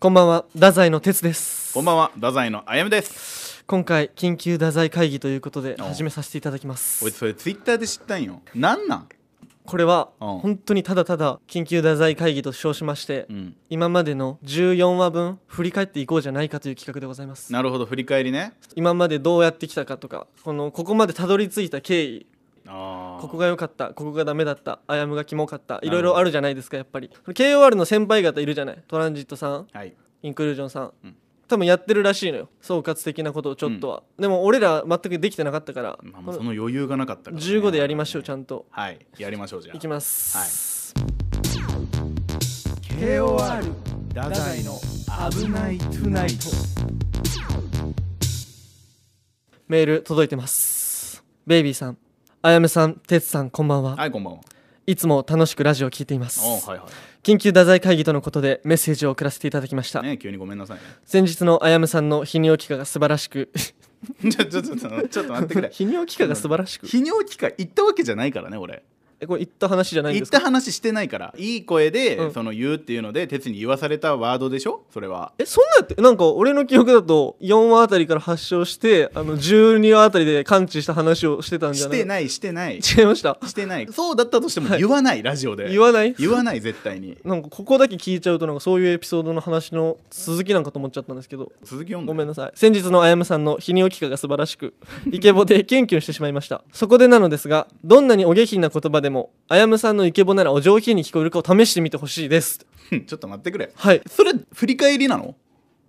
こんばんは太宰の哲ですこんばんは、太宰のあやむです。今回緊急太宰会議ということでお始めさせていただきます俺それツイッターで知ったんよ。なんなん？これはうん本当にただただ緊急太宰会議と称しましてうん。今までの14話分振り返っていこうじゃないかという企画でございますなるほど、振り返りね。今までどうやってきたかとかこのここまでたどり着いた経緯ああ。ここが良かったここがダメだったあやむがキモかったいるほどろいろあるじゃないですかやっぱり KOR の先輩方いるじゃないトランジットさんはい。インクルージョンさん、うん多分やってるらしいのよ総括的なことをちょっとは、でも俺ら全くできてなかったから、まあ、もうその余裕がなかったから、ね。 15でやりましょうちゃんとはい、やりましょうじゃあ。いきます、 KOR 太宰の危ないトゥナイト。メール届いてますベイビーさんあやめさんてつさんこんばんははい、こんばんは。いつも楽しくラジオを聞いていますおーはいはい。緊急太宰会議とのことでメッセージを送らせていただきました、ね、急にごめんなさい先日のあやめさんの泌尿器科が素晴らしくね。 ちょちょちょちょちょっと待 ってくれ。 泌尿器科が素晴らしく泌尿器科行ったわけじゃないからね、俺。えこれ言った話じゃないん言でっすかた話してないから。いい声で、うんその言うっていうので、鉄に言わされたワードでしょ？それは。えそんなんやってなんか俺の記憶だと4話あたりから発症してあの12話あたりで完治した話をしてたんじゃしないてないしてない。違いましたしてない そうだったとしてもはい言わない、ラジオで言わない言わない絶対になんかここだけ聞いちゃうとなんかそういうエピソードの話の続きなんかと思っちゃったんですけど続き読んでごめんなさい先日のあやむさんの泌尿器科が素晴ら しくイケボでキュンキュンしてしまいましたそこでなのですがどんなにお下品な言葉でもあやむさんのイケボならお上品に聞こえるかを試してみてほしいです うんちょっと待ってくれはいそれ振り返りなの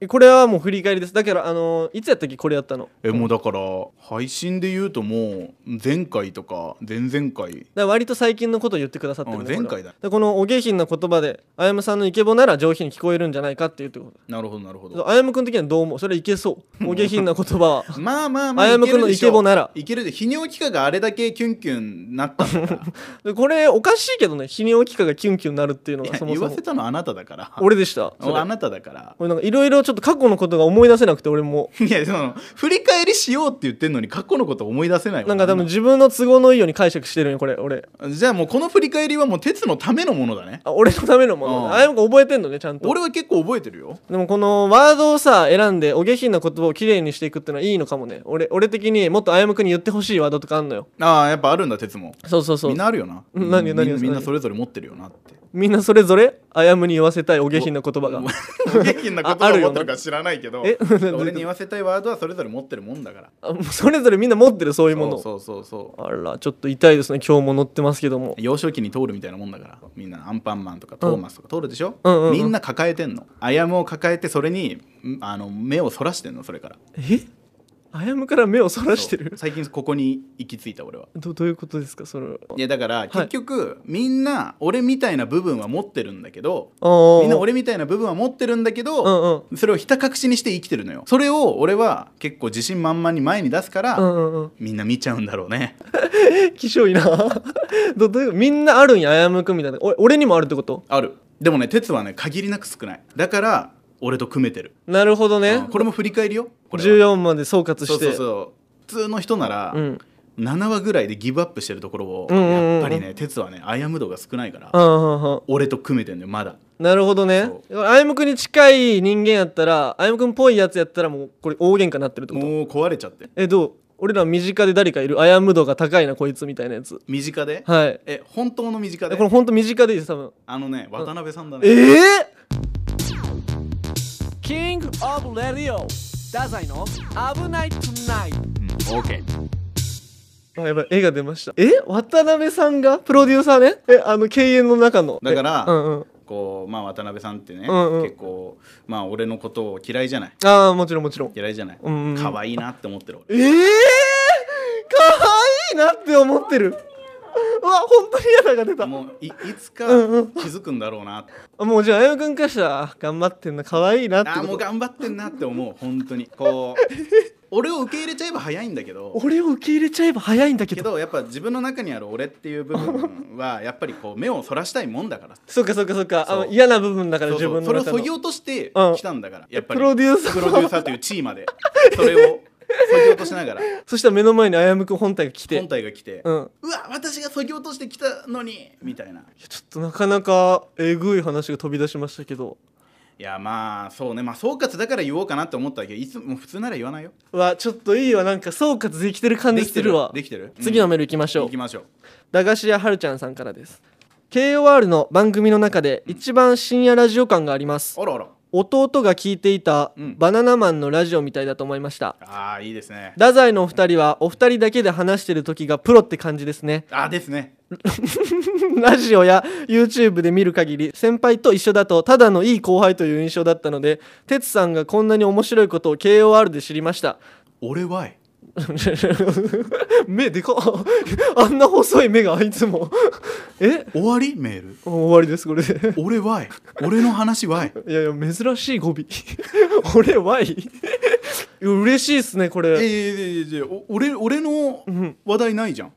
これはもう振り返りですだからあのーいつやったっけこれやったのえもうだから配信で言うともう前回とか前々回だから割と最近のことを言ってくださってる、ねうんこれは前回だでこのお下品な言葉であやむさんのイケボなら上品に聞こえるんじゃないかっていうってこなるほどなるほとどあやむくん的にはどう思うそれいけそうお下品な言葉 はまあまあまああやむくんのイケボならいけるでしょいけるで泌尿器科があれだけキュンキュンな ったんだからでこれおかしいけどね泌尿器科がキュンキュンなるっていうのいがやそも言そわもせたのあなただから 俺でしたそれおあなただからこれなんかいろいろちょっと過去のことが思い出せなくて俺もいやその振り返りしようって言ってんのに過去のこと思い出せないわなんか多分自分の都合のいいように解釈してるよこれ俺じゃあもうこの振り返りはもう鉄のためのものだねあ俺のためのものうんあやむくん覚えてんのねちゃんと俺は結構覚えてるよでもこのワードをさ選んでお下品な言葉をきれいにしていくってのはいいのかもね俺俺的にもっとあやむくんに言ってほしいワードとかあんのよああやっぱあるんだ鉄もそうそうそうみんなあるよなうん何みん何みんな何それぞれ持ってるよなってみんなそれぞれあやむに言わせたいお下品な言葉が無下品な言ああ葉るをよな持ってるか知らないけどえ 俺に言わせたいワードはそれぞれ持ってるもんだからあもうそれぞれみんな持ってるそういうものをそうそうそうそあらちょっと痛いですね今日も乗ってますけどもう幼少期に通るみたいなもんだからみんなアンパンマンとかトーマスとか通るでしょ、うんうんうんみんな抱えてんのアヤムを抱えてそれにんあの目をそらしてんのそれからえあやむから目をそらしてそうる最近ここに行き着いた俺はどどういうことですかそれはいやだから結局、みんな俺みたいな部分は持ってるんだけどあーみんな俺みたいな部分は持ってるんだけど、うんうんそれをひた隠しにして生きてるのよそれを俺は結構自信満々に前に出すから、うんうんうんみんな見ちゃうんだろうね気性いいな どどういうみんなあるんやあやむくんみたいなお俺にもあるってことあるでもね鉄はね限りなく少ないだから俺と組めてる、なるほどねうんこれも振り返りよこれは14まで総括してそうそうそう普通の人なら、うん7話ぐらいでギブアップしてるところを、うんうんうんうんやっぱりね鉄はね歩む度が少ないから、うんうんうん俺と組めてんのよまだなるほどねあやむくんに近い人間やったらあやむくんっぽいやつやったらもうこれ大喧嘩になってるってこともう壊れちゃってえどう俺ら身近で誰かいるあやむ度が高いなこいつみたいなやつ身近で、はいえ本当の身近えでこれほんと身近でいいです多分あのね渡辺さんだね、ええキングオブレディオダザイの危ないトゥナイうんオーケートあやばい絵が出ましたえ渡辺さんがプロデューサーねえあの敬遠の中のだからえうんうんこうまあ渡辺さんってね、うんうん結構まあ俺のことを嫌いじゃないああもちろんもちろん嫌いじゃないうんうん可愛いなって思ってる俺ええー、かわいいなって思ってるうわ本当に嫌だが出たもういいつかうんうん気づくんだろうな、あもうじゃああやむくんからしたらあ頑張ってんなかわいいなってああこもうと頑張ってんなって思う本当に こう俺を受け入れちゃえば早いんだけど俺を受け入れちゃえば早いんだけけどどやっぱ自分の中にある俺っていう部 分はやっぱりこう目をそらしたいもんだからそっかそっかそっかあのそう嫌な部分だからそう自そう分のそれを中そぎの落としてうんきたんだからやっぱりプロデューサープロデューサーという地位までそれをそぎ落としながらそしたら目の前にあやむくん本体が来て本体が来て、ううんわ私がそぎ落としてきたのにみたいないやちょっとなかなかえぐい話が飛び出しましたけどいやまあそうねまあ総括だから言おうかなって思ったけどいつも普通なら言わないようわちょっといいわなんか総括できてる感じするわできてるできてる次のメールルいきましょう行きましょう駄菓子屋はるちゃんさんからです KOR の番組の中で一番深夜ラジオ感がありますあらあら弟が聞いていたうんバナナマンのラジオみたいだと思いましたあーいいですね太宰のお二人はお二人だけで話してる時がプロって感じですねあーですねラジオや YouTube で見る限り先輩と一緒だとただのいい後輩という印象だったので哲さんがこんなに面白いことを KOR で知りました俺はい目でかっあんな細い目があいつもえ終わりメールもう終わりですこれで俺はい俺の 話はいいやいや珍しい語尾俺はいいや嬉しいっすねこやれいやいやいやいやお俺俺のん話題ないじゃん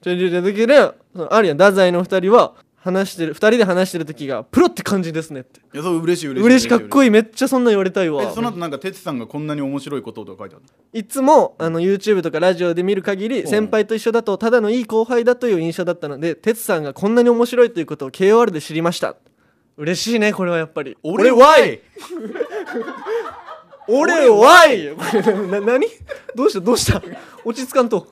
じゃじゃじゃだけどそのあるやん太宰の二人は話してる二人で話してる時がプロって感じですねっていやそう嬉しい嬉しい嬉しかっこいいいめっちゃそんなん言われたいえわその後なんか哲さんがこんなに面白いこととか書いてあるいつもあの YouTube とかラジオで見る限りん先輩と一緒だとただのいい後輩だという印象だったので哲さんがこんなに面白いということを KOR で知りました嬉しいねこれはやっぱりい俺は Y な何どうしたどうした落ち着かんと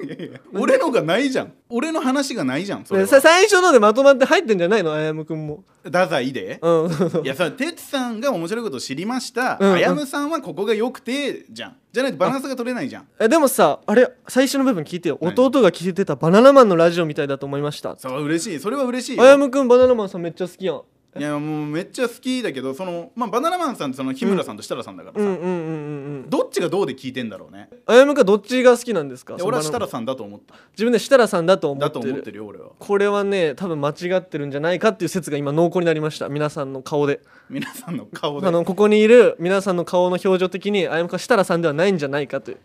俺のがないじゃん俺の話がないじゃんそれねはさ最初のでまとまって入ってんじゃないのあやむくんも太宰でうん いやさ哲さんが面白いことを知りましたうんうんあやむさんはここが良くてじゃんじゃないとバランスが取れないじゃんえでもさあれ最初の部分聞いてよ何弟が聞いてたバナナマンのラジオみたいだと思いましたそう嬉しいそれは嬉しいあよやむくんバナナマンさんめっちゃ好きやんいやもうめっちゃ好きだけどその、まあ、バナナマンさんってその日村さんと設楽さんだからさ、うんうんうんうんうんどっちがどうで聞いてんだろうねあやむくんはどっちが好きなんですかで俺はそ設のバナナマン楽さんだと思った自分で設楽さんだと思だってとる思ってるよ俺はこれはね多分間違ってるんじゃないかっていう説が今濃厚になりました皆さんの顔で皆さんの顔あでのここにいる皆さんの顔の表情的にあやむくんは設楽さんではないんじゃないかという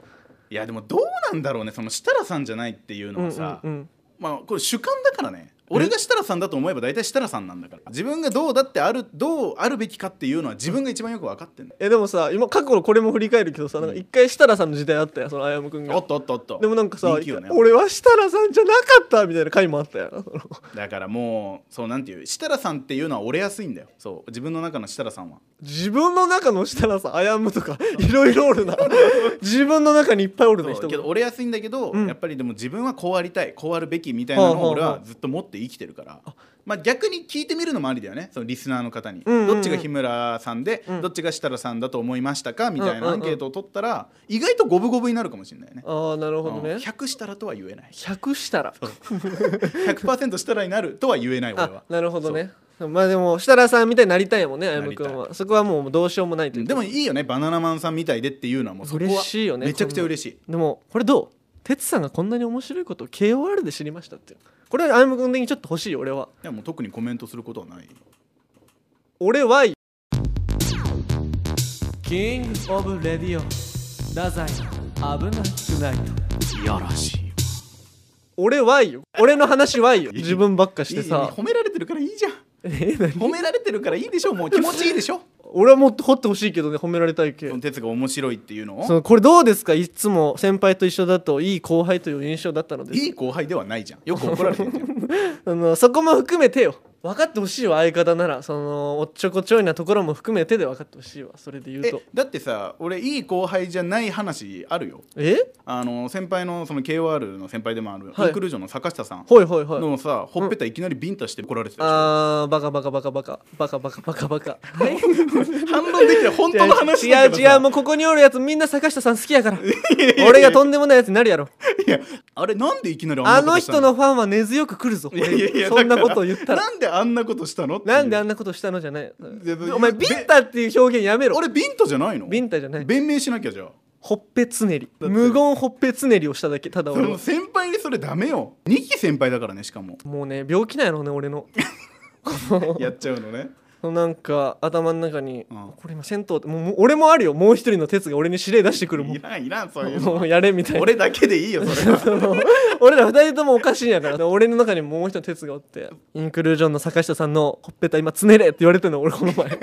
いやでもどうなんだろうねその設楽さんじゃないっていうのはさ、うんうんうんまあこれ主観だからね俺が設楽さんだと思えば大体設楽さんなんだから自分がどうだってあるどうあるべきかっていうのは自分が一番よく分かってんだよえでもさ今過去のこれも振り返るけどさなんか一回設楽さんの時代あったよそのあやむくんおがっとおっとおっとでもなんかさ、人気よね俺は設楽さんじゃなかったみたいな回もあった よだからもうそうなんていう設楽さんっていうのは折れやすいんだよそう自分の中の設楽さんは自分の中の設楽さんあやむとかいろいろおる な自分の中にいっぱいおるなそ人うけどが折れやすいんだけど、うんやっぱりでも自分はこうありたいこうあるべきみたいなはのあはをあ俺はずっと持って生きてるから、まあ、逆に聞いてみるのもありだよねそのリスナーの方に、うんうんうんどっちが日村さんで、うんどっちが設楽さんだと思いましたかみたういんなうアんうんンケートを取ったら、意外と五分五分になるかもしれないね。ああなるほどうねん100したらとは言えない100したら100%したらになるとは言えない俺あはなるほどねまあでも設楽さんみたいになりたいもんねあやむくんなはそこはもうどうしようもないというかでもいいよねバナナマンさんみたいでっていうのはもうそこは嬉しいよねめちゃくちゃ嬉しいでもこれどう哲さんがこんなに面白いことを KOR で知りましたってこれはあやむくん的にちょっと欲しいよ俺はいやもう特にコメントすることはない俺はキングオブレディオ太宰危なくないいやらしいよ俺はいよ俺の話はいよいい自分ばっかしいいていいさ褒められてるからいいじゃんえ何褒められてるからいいでしょもう気持ちいい でしょ俺はもっと掘ってほしいけどね褒められたいけその哲が面白いっていうのそをのこれどうですかいつも先輩と一緒だといい後輩という印象だったのですいい後輩ではないじゃんよく怒られてるじ ゃんあのそこも含めてよ分かってほしいわ相方ならそのおっちょこちょいなところも含めてで分かってほしいわそれで言うえとだってさ俺いい後輩じゃない話あるよえあの先輩のその KOR の先輩でもある、はいインクルージョンの坂下さんほいほいほいのさ、ほっぺたいきなりビンタして怒られてたでしょあーバカバカバカバカバカバカバカバカ反論できた本当の話違だうけど違さうもうここにおるやつみんな坂下さん好きやから 俺がとんでもないやつになるやろいやあれなんでいきなりああんのなことし人たのファンは根強く来るぞいやいやいやそんなだからことを言ったらなんであんなことしたのっていうなんであんなことしたのじゃないやでお前でビンタっていう表現やめろ俺ビンタじゃないのビンタじゃない弁明しなきゃじゃあほっぺつねり無言ほっぺつねりをしただけただそ俺はの先輩にそれダメよ2期先輩だからねし かももうね病気なんやろうね俺の やっちゃうのねそのなんか頭の中に、うんこれ今銭湯ってもうもう俺もあるよもう一人の哲が俺に指令出してくるもいらんいらんそういうんのもうやれみたいな俺だけでいいよそ れはその 俺ら二人ともおかしいんやから俺の中にもう一人の哲がおってインクルージョンの坂 下さんのほっぺた今つねれって言われてんの俺この前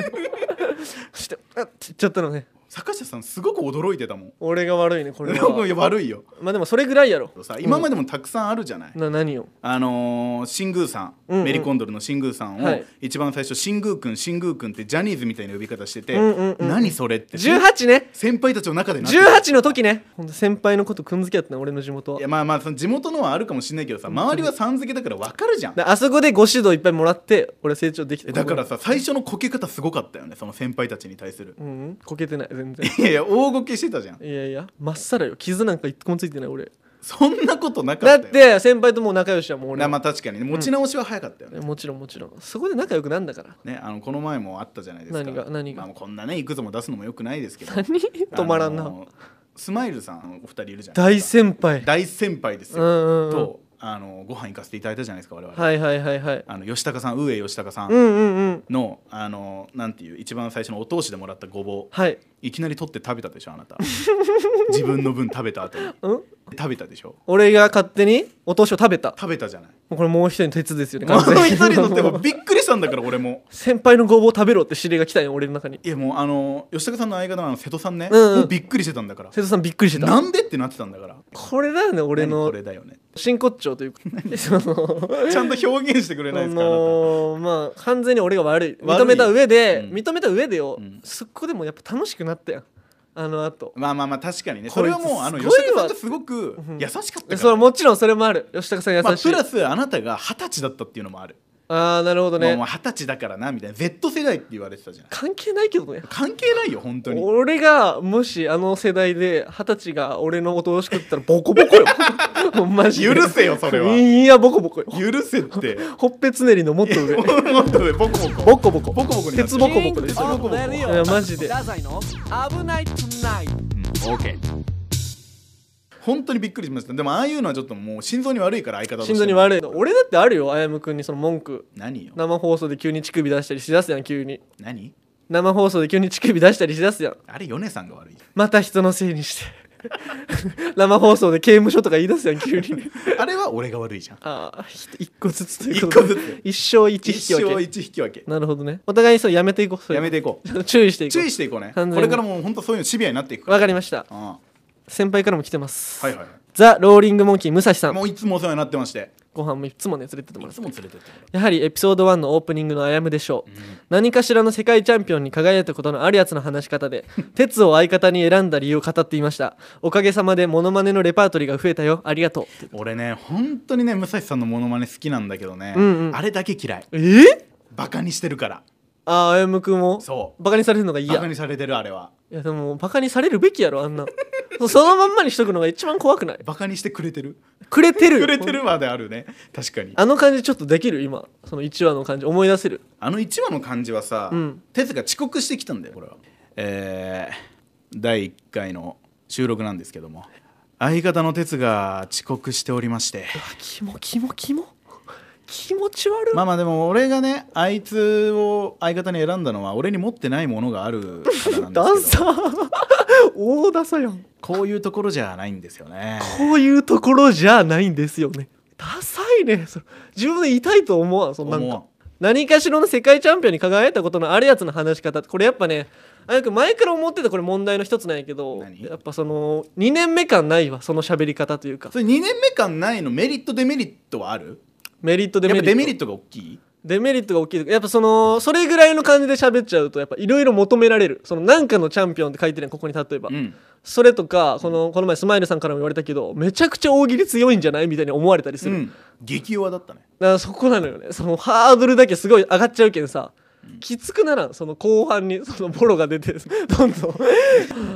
そして「あっ」って言っちゃったのね坂下さんすごく驚いてたもん俺が悪いねこれいやは悪いよまあでもそれぐらいやろさ今までもたくさんあるじゃない、な何をあのー、新宮さん、うんうんメリーコンドルの新宮さんを、はい一番最初新宮君新宮君ってジャニーズみたいな呼び方してて、うんうんうん何それって18ね先輩たちの中でなってた18の時ねほんと先輩のことくんづけやったな俺の地元はいやまあまあその地元のはあるかもしれないけどさ周りはさん付けだから分かるじゃんだあそこでご指導いっぱいもらって俺成長できえただからさ最初のこけ方すごかったよねその先輩たちに対するうんうんこけてない全然いやいや大ごけしてたじゃんいやいやまっさらよ傷なんか一個もついてない俺そんなことなかっただよって先輩ともう仲良しはもう俺なまはあ確かにね持ち直しは早かったよね、もちろんもちろんそこで仲良くなんだからね、あのこの前もあったじゃないですか何が何がまあ、もうこんなねいくつも出すのもよくないですけど何止まらんなあのスマイルさんお二人いるじゃない大ですか先輩大先輩ですうよ、んうんうんとあのご飯行かせていただいたじゃないですか我々、はいはいはいはいあの吉高さん上吉高さうんんうんうんの,、あのなんていう一番最初のお通しでもらったごぼうはいいきなり取って食べたでしょあなた 自分の分食べた後にうん食べたでしょ俺が勝手にお通しを食べた食べた じゃないもうこれもう一人の鉄ですよねもう一人とってももうびっくりしたんだから俺も 先輩のごぼう食べろって指令が来たよ俺の中にいやもうあの吉高さんの相方のあの瀬戸さんね、うんうんもうびっくりしてたんだから瀬戸さんびっくりしてたなんでってなってたんだからこれだよね俺何のこれだよね真骨頂という かそのちゃんと表現してくれなあいですかあなのーまあ完全に俺が悪い悪い認めた上で、うん認めた上でよ、うんそこでもやっぱ楽しくなったやんあの後たまあまあまあ確かにねこそいれつはもうあのす吉ごいわ高さんがすごく優しかったそかれら、もちろんそれもある吉高さん優まあ、しい、プラスあなたが二十歳だったっていうのもある、ああなるほどもうね、もう二十歳だからなみたいな Z 世代って言われてたじゃない関係ないけどね関係ないよ本当に俺がもしあの世代で二十歳が俺のおとろしくったらボコボ コよもうマジで許せよそれはいやボコボコよ許せってほっぺつねりのもっと 上もっとねボコボコボコボコボコボコになって鉄るボコボコですボコボよコいやマジで太宰の危ないトゥナイトうんオーケー本当にびっくりしましたでもああいうのはちょっともう心臓に悪いから相方として心も臓に悪いの俺だってあるよあやむくんにその文句何よ生放送で急に乳首出したりしだすやん急に何生放送で急に乳首出したりしだすやんあれ米さんが悪いまた人のせいにして 生放送で刑務所とか言い出すやん 急にあれは俺が悪いじゃんああひ一個ずつということで一個ずつ一生一一引き分生け一引き分けなるほどねお互いにそうやめていこうそうやめていこうて注意していこ注う意していこうねこ完全にれからもう本当そういうのシビアになっていくからわかりましたうんは先輩からも来てます、いはいはザ・ローリング・モンキー武蔵さいんもういつもお世話になってましてご飯もいつもね連れてってもいらってつも連れてってもらやはりエピソード1のオープニングのあやむでしょう、ううん何かしらの世界チャンピオンに輝いたことのあるやつの話し方で鉄を相方に選んだ理由を語っていましたおかげさまでモノマネのレパートリーが増えたよありがとう俺ね本当にね武蔵さんのモノマネ好きなんだけどねうんうんあれだけ嫌いえー、バカにしてるからあああやむくんもそバカにされるのがう嫌バカいにされてるあれはやでもバカにされるべきやろあんなそそのまんまにしとくのが一番怖くないバカにしてくれてるくれてるくれてるまであるね確かにあの感じちょっとできる今その1話の感じ思い出せるあの1話の感じはさ、うん哲が遅刻してきたんだよこれはえー第1回の収録なんですけども相方の哲が遅刻しておりましてあキモキモキモ気持ち悪い、まあまあでも俺がねあいつを相方に選んだのは俺に持ってないものがあるからなんでダンすけどサー 大ダサやんこういうところじゃないんですよねこういうところじゃないんですよね。ダサいね。それ自分で痛いと思わん、そんなん思かわ。何かしらの世界チャンピオンに輝いたことのあるやつの話し方これやっぱねあやくん前から思ってたこれ問題の一つなんやけど何やっぱその2年目感ないわその喋り方というかそれ2年目間ないのメリットデメリットはあるメリットデやっメリぱットデメリットが大きいデメリットが大きいというかやっぱそのそれぐらいの感じで喋っちゃうとやっぱいろいろ求められるそのなんかのチャンピオンって書いてるやんここに例えば、うんそれとかこのこの前スマイルさんからも言われたけどめちゃくちゃ大喜利強いんじゃないみたいに思われたりすうる、ん激弱だったねだからそこなのよねそのハードルだけすごい上がっちゃうけんさ、きつくならんその後半にそのボロが出てどんど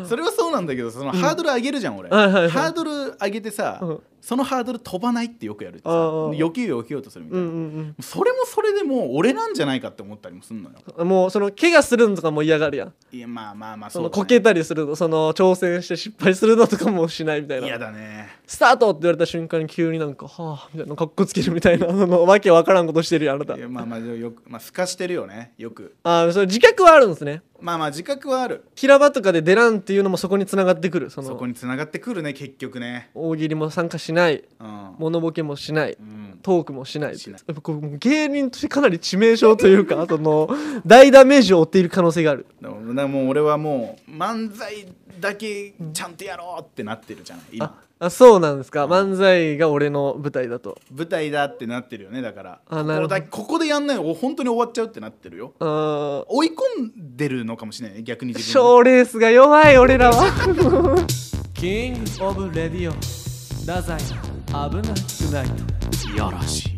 んそれはそうなんだけどそのハードル上げるじゃん、俺、はいはいはいハードル上げてさ、うんそのハードル飛ばないってよくやるってさああああ避けよう避けようとするみたういな、んうんそれもそれでもう俺なんじゃないかって思ったりもすんのようんもうその怪我するのとかも嫌がるやんいやまあまあまあそそうのだ、ね、こけたりするのその挑戦して失敗するのとかもしないみたい嫌なだねスタートって言われた瞬間に急になんかはあみたいなかっこつけるみたい なそのわけわからんことしてるやんあないたやまあまあよくまあすかしてるよねよくああそれ自覚はあるんですねまあまあ自覚はある平場とかで出らんっていうのもそこに繋がってくるそそのこに繋がってくるね結局ね大喜利も参加しないうん、モノボケもしないうん、トークもしないしないやっぱこう芸人としてかなり致命傷というか その大ダメージを負っている可能性があるだからだからもう俺はもう漫才だけちゃんとやろうってなってるじゃないあ今あそうなんですか漫才が俺の舞台だと舞台だってなってるよねだからあなるほどここだここでやんないのお本当に終わっちゃうってなってるよあー追い込んでるのかもしれないね逆に自分賞レースが弱い俺らはキングオブレディオ太宰危なくないといやらしい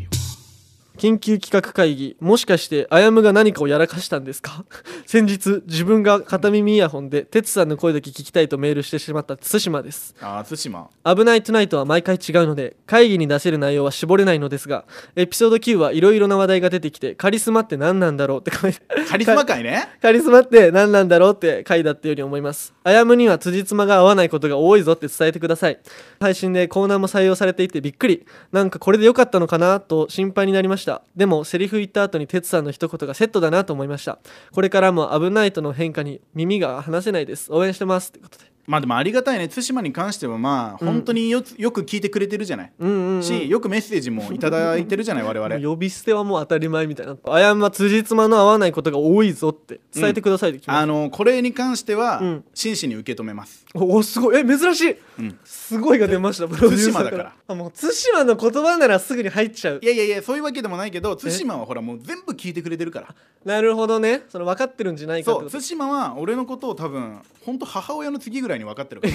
緊急企画会議もしかしてあやむが何かをやらかしたんですか 先日自分が片耳イヤホンで哲さんの声だけ聞きたいとメールしてしまった対馬ですああ対馬危ないトゥナイトは毎回違うので会議に出せる内容は絞れないのですがエピソード9はいろいろな話題が出てきてカリスマって何なんだろうって書いて カリスマ界ねカリスマって何なんだろうって回だったように思います。あやむには辻褄が合わないことが多いぞって伝えてください。配信でコーナーも採用されていてびっくり。なんかこれで良かったのかなと心配になりました。でもセリフ言った後に哲さんの一言がセットだなと思いました。これからも危ないとの変化に耳が離せないです。応援してます。ってことで。まあでもありがたいね対馬に関してはまあ本当によ,、よく聞いてくれてるじゃない、うんうん、うん。しよくメッセージもいただいてる じゃない我々呼び捨てはもう当たり前みたいな。あやむは辻褄の合わないことが多いぞって伝えてくださいってきましたあのこれに関してはうん真摯に受け止めます、おおすごいえ珍しい、うんすごいが出ましたプロデューサーから対馬だからあもう対馬の言葉ならすぐに入っちゃういやいやいやそういうわけでもないけど対馬はほらもう全部聞いてくれてるからなるほどねその分かってるんじゃないかってそこうと対馬は俺のことを多分本当母親の次ぐらいに分かっ てるから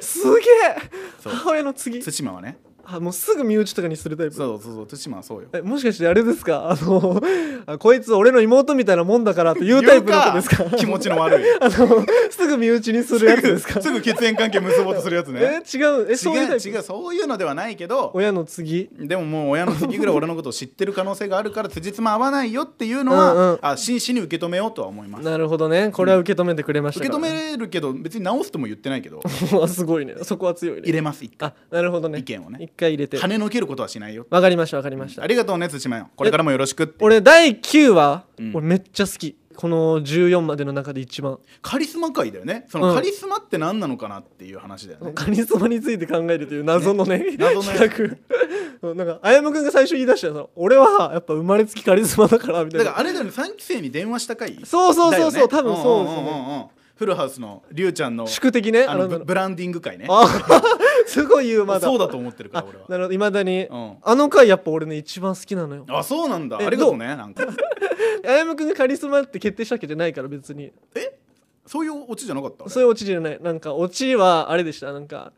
すげえそう母親の次対馬はねあもうすぐ身内とかにするタイプそうそうそう対馬はそうよえもしかしてあれですかあのあこいつ俺の妹みたいなもんだからって言うタイプの子ですか言う気持ちの悪いあのすぐ身内にするやつですか すぐ血縁関係結ぼうとするやつえね違うえ違そういうタうイプ違うそういうのではないけど親の次でももう親の次ぐらい俺のことを知ってる可能性があるから辻褄合わないよっていうのはうんうんあ真摯に受け止めようとは思いますなるほどねこれは受け止めてくれました受かけら止めるけど別に直すとも言ってないけど めすごいねそこは強いね入れます一回あなるほどね意見をね一回入れて跳ねのけることはしないよわかりましたわかりました、ありがとうね対馬よこれからもよろしくって俺第9話、うん俺めっちゃ好きこの14までの中で一番カリスマ界だよねそうのんカリスマって何なのかなっていう話だよね、カリスマについて考えるという謎のね謎のやつ企画うんなんかあやむくんが最初言い出したよその俺はやっぱ生まれつきカリスマだからみたいだかならあれだよね3期生に電話した回そうそうそうそう、だよね多分そうですよね、んんうんうんフルハウスのりゅうちゃんの宿敵ねああののブブランディング回ねあ すごい言うまだそうだと思ってるかあら俺はなるほどいまだに、うんあの回やっぱ俺ね一番好きなのよあそうなんだあえりがとうねなんかあやむくんがカリスマって決定したわけじゃないから別にえそういうオチじゃなかったそういうオチじゃない。なんか、オチは、あれでした。なんか、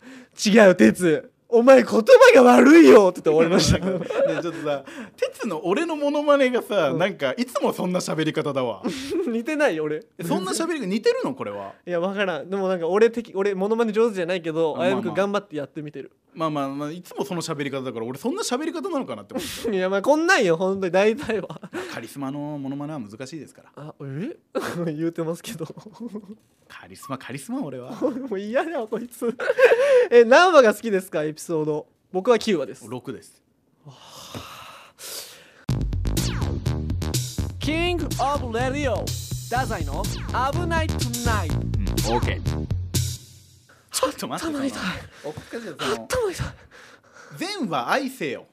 違う、鉄。お前、言葉が悪いよって言って終わりました。 ねちょっとさ鉄の俺のモノマネがさ、うんなんかいつもそんな喋り方 だわ似てないよ、俺。えそんな喋りが似てるのこれはいや、わからん。でもなんか、俺的、俺、モノマネ上手じゃないけど、まああまあやむくん頑張ってやってみてる。 まあまあまあいつもその喋り方だから俺そんな喋り方なのかなって思っいや、まあ、こんなんよ、ほんとに、大体は。たカリスマのモノマネは難しいですからあ、え 言うてますけど。 カリスマカリスマ俺はもう嫌だよ、こいつ。え、何話が好きですか、エピソード。僕は9話です。 6ですキングオブレディオ太宰の危ないトゥナイトオーケーちょっと待って頭痛いおかしいその頭痛い全話愛せよ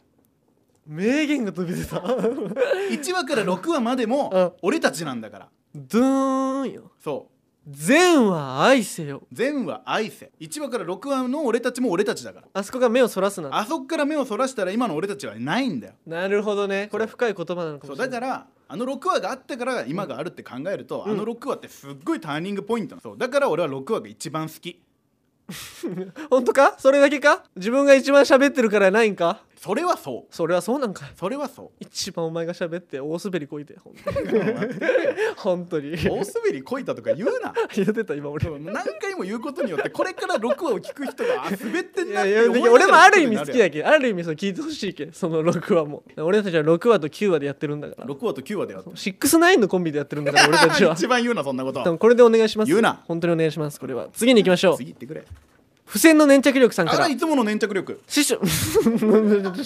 名言が飛び出た。 1話から6話までうんも俺たちなんだからドゥーンよ。そう善は愛せよ。全話愛せ1話から6話の俺たちも俺たちだからあそこが目をそらすなあそこから目をそらしたら今の俺たちはないんだよなるほどねこれは深い言葉なのかもそうしれなだかいらあの6話があってから今があるって考えると、あの6話ってすっごいターニングポイントなのそうだから俺は6話が一番好き本当かそれだけか自分が一番喋ってるからないんかそれはそうそれはそうなんかいそれは そう一番お前が喋って大滑りこいて本当 に本当に大滑りこいたとか言うな言ってた今俺そう何回も言うことによってこれから6話を聞く人があ滑っていんなっやいやて思いながら俺もある意味好きだけけどある意味そう聞いてほしいけどその6話も俺たちは6話と9話でやってるんだから6話と9話でやってる69のコンビでやってるんだから 俺たちは一番言うなそんなこ多分とこれでお願いします言うな本当にお願いしますこれは次に行きましょう次行ってくれ付箋の粘着力さんかあららいつもの粘着力師匠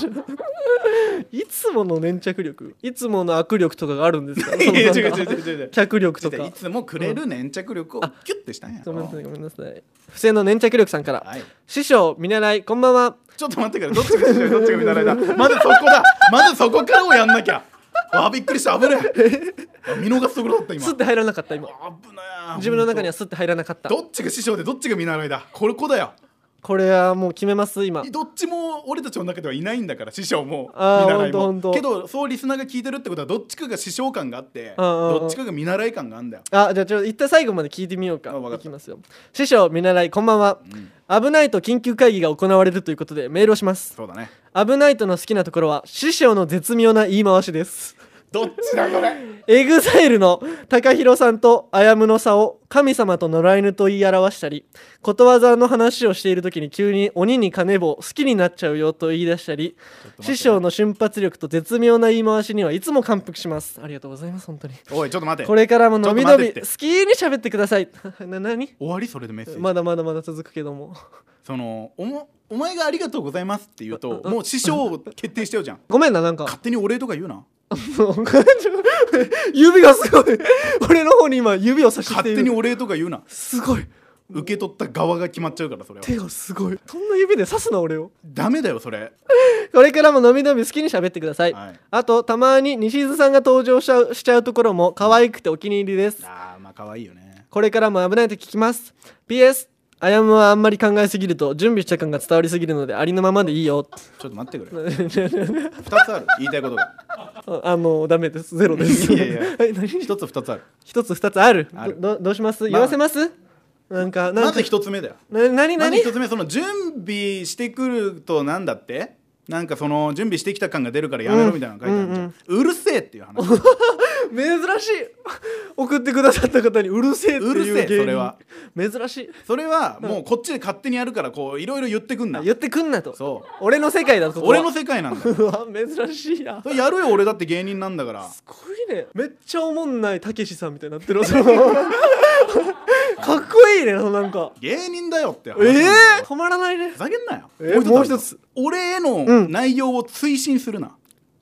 いつもの粘着力いつもの握力とかがあるんですか いや違う違う違う違う脚力とかいつもくれる粘着力をキュッてしたんやごめんなさいごろめんなさい付箋の粘着力さんから、はい師匠見習いこんばんはちょっと待ってからどっちが師匠どっちが見習いだまずそこだまずそこからをやんなきゃあびっくりした危ねえあ見逃すところだった今スって入らなかった今危ない自分の中にはスって入らなかったどっちが師匠でどっちが見習いだこれ子だよこれはもう決めます今どっちも俺たちの中ではいないんだから師匠も見あー習ほんいとほんともけどそうリスナーが聞いてるってことはどっちかが師匠感があってうんうんうんどっちかが見習い感があんだよあじゃあちょっと一旦最後まで聞いてみようかあわいかったきますよ師匠見習いこんばんは、危ないと緊急会議が行われるということでメールをしますそうだね危ないとの好きなところは師匠の絶妙な言い回しですどっちだこれ エグザイルの TAKAHIRO さんとアヤムの差を神様と野良犬と言い表したりことわざの話をしている時に急に鬼に金棒好きになっちゃうよと言い出したり師匠の瞬発力と絶妙な言い回しにはいつも感服しますありがとうございます本当においちょっと待ってこれからものびのびちょっと待ってって好きに喋ってください な何終わりそれでメッセージ、まだまだまだ続くけどもそのおもお前がありがとうございますって言うとあもう師匠を決定しちゃうじゃんごめんななんか勝手にお礼とか言うな 指がすごい俺の方に今指を差し勝てい手にるお礼とか言うなすごい受け取った側が決まっちゃうからそれは手がすごいそんな指で刺すな俺をダメだよそれこれからものびのび好きに喋ってください、はいあとたまに西津さんが登場しちゃうしちゃうところも可愛くてお気に入りですあーまあ可愛いよねこれからも危ないと聞きます PS あやむはあんまり考えすぎると準備した感が伝わりすぎるのでありのままでいいよ ちょっと待ってくれ2つある言いたいことがああのダメですゼロですいやいやはい 何1つ2つある一つ二つあるあるどどどうしますあ言わせます、なんかなまんかず1つ目だよな何まず何1つ目その準備してくるとなんだってなんかその準備してきた感が出るからやめろみたいなの書いてあるじゃん、うるせえっていう話珍しい送ってくださった方にうるせえっていううるせえ芸人それは珍しいそれはもうこっちで勝手にやるか らこういろいろ言ってくんな言ってくんなとそう俺の世界だと俺の世界なんだようわ珍しいなそれやるよ俺だって芸人なんだからすごいねめっちゃおもんないたけしさんみたいになって るそのかっこいいねそのなんか芸人だよって話えなんだよえ止まらないねふざけんなよ、えもう一つある俺へうのん内容を推進するな、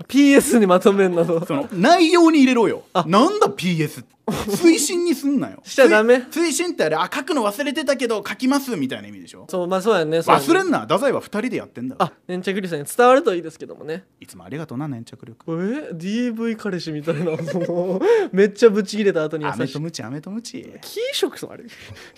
PS にまとめんなとその内容に入れろよなんだ PS 推進にすんなよしちゃダメ推推進ってあれあ書くの忘れてたけど書きますみたいな意味でしょそうまあそうやねそうやね忘れんな太宰は2人でやってんだろあ粘着力さんに伝わるといいですけどもねいつもありがとうな粘着力え DV 彼氏みたいな そのめっちゃブチ切れた後に優アメしといムチアメとムチキー色さあれ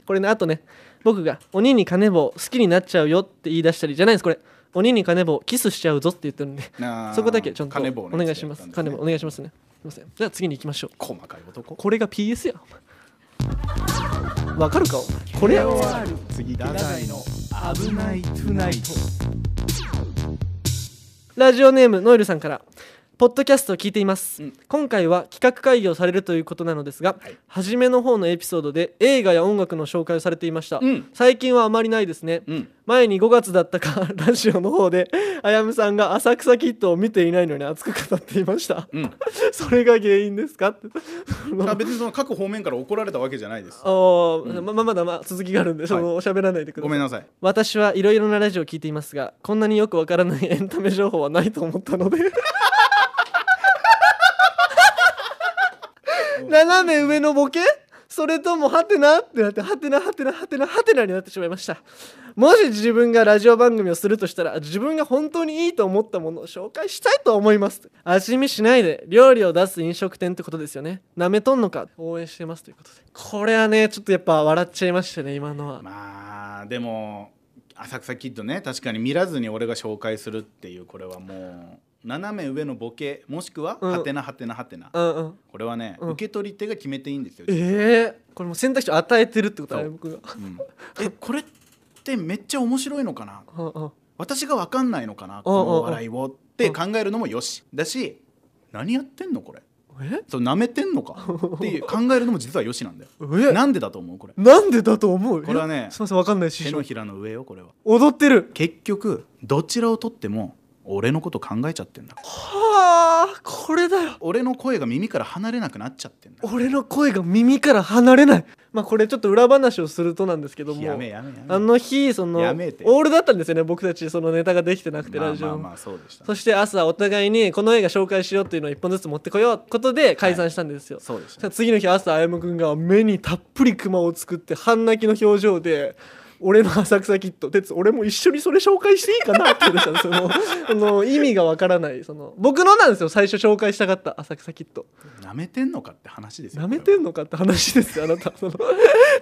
これねあとね僕が「鬼に金棒好きになっちゃうよ」って言い出したりじゃないですこれ「鬼に金棒キスしちゃうぞ」って言ってるんであーそこだけちょっと金棒おの願いしますやつだった金んですね棒お願いしますねすいませんじゃあ次に行きましょう細かい男これが PS やお前わかるかお前これや次太宰の危ないトゥナイトラジオネームノエルさんからポッドキャストを聞いています、うん今回は企画会議をされるということなのですが、はい初めの方のエピソードで映画や音楽の紹介をされていました、うん最近はあまりないですね、うん前に5月だったか ラジオの方であやむさんが「浅草キッド」を見ていないのに熱く語っていました、 うんそれが原因ですかってあ別にその各方面から怒られたわけじゃないで すあー、まままだま続きがあるんでその喋、らないでくださいごめんなさい私はいろいろなラジオを聞いていますがこんなによくわからない エンタメ情報はないと思ったので斜め上のボケそれともハテナってなってハテナハテナハテナハテナになってしまいましたもし自分がラジオ番組をするとしたら自分が本当にいいと思ったものを紹介したいと思います味見しないで料理を出す飲食店ってことですよねなめとんのか応援してますということでこれはねちょっとやっぱ笑っちゃいましたね今のはまあでも浅草キッドね確かに見らずに俺が紹介するっていうこれはもう斜め上のボケもしくはうんハテナハテナハテナうんうんこれはね、うん受け取り手が決めていいんですよ、ええこれもう選択肢を与えてるってことだねそう僕が。うんえこれってめっちゃ面白いのかなうんうん私が分かんないのかなこの笑いをってうん考えるのもよしだし何やってんのこれえそう舐めてん のかっていう考えるのも実はよしなんだよえななんでだと思うこれなんでだと思うこれはねいやすみませんわかんない師手の匠ひらの上よこれは踊ってる結局どちらをとっても俺のこと考えちゃってんだはあこれだよ俺の声が耳から離れなくなっちゃってんだ俺の声が耳から離れないまあこれちょっと裏話をするとなんですけどもやめやめやめあの日そのオやめえってールだったんですよね僕たちそのネタができてなくてまあラジまあオまもあそうでしたそして朝お互いにこの映画紹介しようっていうのを1本ずつ持ってこようってことで解散したんですよ、そうでしさたあ次の日朝あやむくんが目にたっぷりクマを作って半泣きの表情で俺の浅草キッド哲俺も一緒にそれ紹介していいかなって言ってたのそのその意味がわからないその僕のなんですよ最初紹介したかった浅草キッドなめてんのかって話ですよなめてのんのかって話ですよあなたその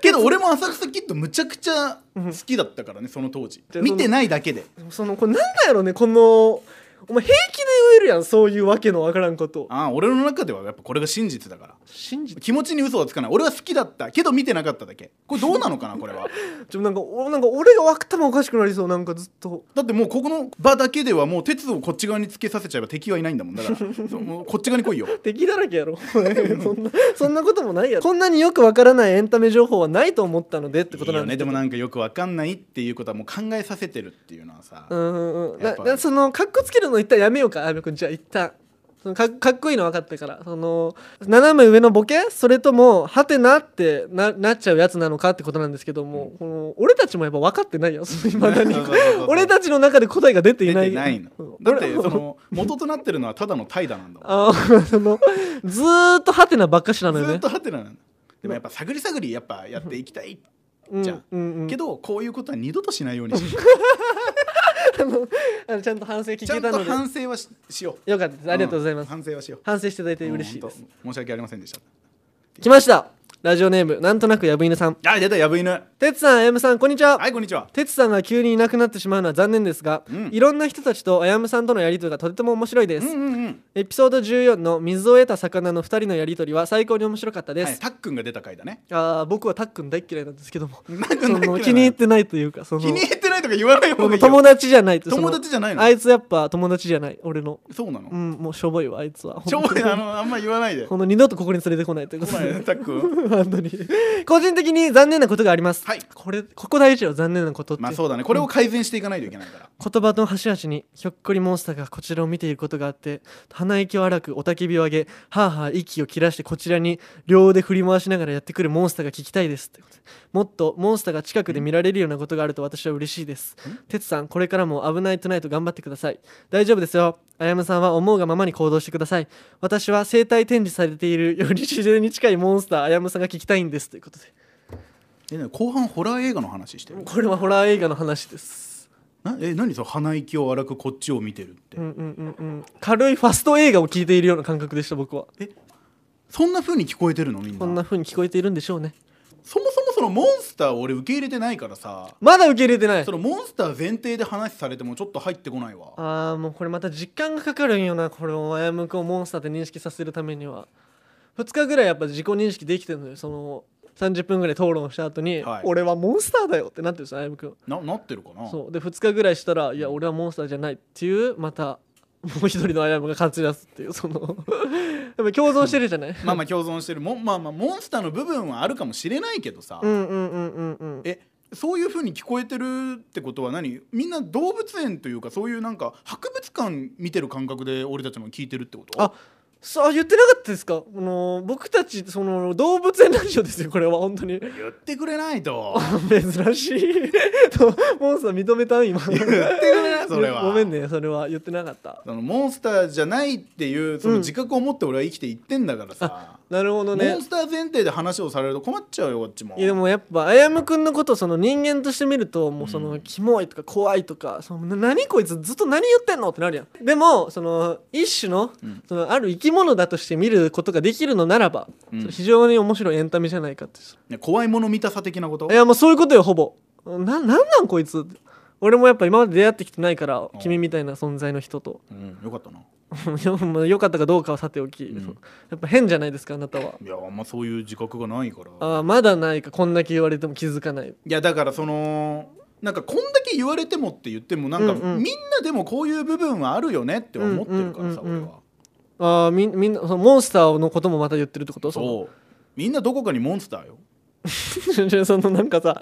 けど俺も浅草キッドむちゃくちゃ好きだったからねその当時じゃあ見てないだけでそのこれなんだろうねこのお前平気で言えるやんそういうわけのわからんことああ俺の中ではやっぱこれが真実だから信じて気持ちに嘘はつかない俺は好きだったけど見てなかっただけこれどうなのかなこれはちょなんかおなんか俺が頭おかしくなりそうなんかずっとだってもうここの場だけではもう鉄をこっち側につけさせちゃえば敵はいないんだもんだから そうもうこっち側に来いよ敵だらけやろそんなそんなこともないやろこんなによくわからないエンタメ情報はないと思ったのでってこといいなよんでねすでけどもなんかよくわかんないっていうことはもう考えさせてるっていうのはさ、うんうんうんやなっぱなそのかっこつけるの一旦やめようかあやめくんじゃあ一旦そのかかっこいいの分かったからその斜め上のボケそれともハテナってななっちゃうやつなのかってことなんですけども、この俺たちもやっぱ分かってない よその未だにそうそうそうそう俺たちの中で答えが出てい出ないてないのうんだって俺その元となってるのはただの怠惰なんだもん あーそのずーっとハテナばっかしなのよずねっとハテナなんだでもやっぱ探り探りやっぱやっていきたいじゃんうんうんうんけどこういうことは二度としないようにしよあのちゃんと反省 聞うけちゃんたとので反省はししよよかったですうありがとうございます、ん反省はしよう反省していただいて嬉しいですうん本当申し訳ありませんでした来ましたラジオネームなんとなくやぶ犬さんあ出たやぶ犬はてつさんあやむさんこんにちは、いこんにちはてつさんが急にいなくなってしまうのは残念ですが、うんいろんな人たちとあやむさんとのやりとりがとても面白いでうす、んうんうんエピソード14の水を得た魚の2人のやりとりは最高に面白かったではいす、たっくんが出た回だねあー僕はたっくん大っ嫌いなんですけども なくそなくのな気に入ってないというかその気に入ってないとか言わない方がいい友よ達じゃないって友そ達じゃないのあいつやっぱ友達じゃない俺のそうなうのんもうしょぼいわあいつはちょぼいあのあんま言わないでこの二度とここに連れてこないというこ来とないでねたっくん本当に個人的に残念なことがあります、はいこれここ大事よ残念なことって、まあそうだねこれを改善していかないといけないから言葉の端々にひょっこりモンスターがこちらを見ていることがあって鼻息を荒くおたきびを上げはあはあ息を切らしてこちらに両腕振り回しながらやってくるモンスターが聞きたいですってことでもっとモンスターが近くで見られるようなことがあると私は嬉しいですてつさんこれからも危ないトゥナイト頑張ってください大丈夫ですよあやむさんは思うがままに行動してください私は生態展示されているより自然に近いモンスターあやむさんが聞きたいんですということでえね後半ホラー映画の話してるこれはホラー映画の話ですなえ何それ鼻息を荒くこっちを見てるって、うんうんうんうん、軽いファスト映画を聞いているような感覚でした僕はそんな風に聞こえてるのみんなこんな風に聞こえているんでしょうねそもそもそのモンスターを俺受け入れてないからさまだ受け入れてないそのモンスター前提で話されてもちょっと入ってこないわああもうこれまた時間がかかるんよなこれをあやむくんをモンスターで認識させるためには2日ぐらいやっぱ自己認識できてるのよその30分ぐらい討論した後に、はい俺はモンスターだよってなってるんですよあやむくんななってるかなそうで2日ぐらいしたらいや俺はモンスターじゃないっていうまたもう一人のあやむが勝ち出すっていうそのやっぱ共存してるじゃないまあまあ共存してるもんまあまあモンスターの部分はあるかもしれないけどさ、うんうんうんうんうんえそういう風に聞こえてるってことは何みんな動物園というかそういうなんか博物館見てる感覚で俺たちも聞いてるってことあそう言ってなかったですか、あのー僕たちその動物園ラジオですよこれは本当に言ってくれな いと珍しい とモンスター認めた今言ってくれそれはごめんねそれは言ってなかったそのモンスターじゃないっていうその自覚を持って俺は生きていってんだからさ、なるほどモねンスター前提で話をされると困っちゃうよこっちもいやでもやっぱあやむくんのことをその人間として見るともうその、キモいとか怖いとかそのな何こいつずっと何言ってんのってなるやんでもその一種の,、んそのある生き物だとして見ることができるのならば、うんそれ非常に面白いエンタメじゃないかってね怖いもの見たさ的なこといやもうそういうことよほぼななんなんこいつ俺もやっぱ今まで出会ってきてないからん君みたいな存在の人と うん、よかったないやもう良かったかどうかはさておき、んやっぱ変じゃないですかあなたはいやあんまそういう自覚がないからあーまだないかこんだけ言われても気づかないいやだからそのなんかこんだけ言われてもって言ってもなんか、うんうんみんなでもこういう部分はあるよねって思ってるからさ、うんうんうんうん俺はあーみみんなそのモンスターのこともまた言ってるってことのそうみんなどこかにモンスターよしゅんしゅんさんの なんかさあ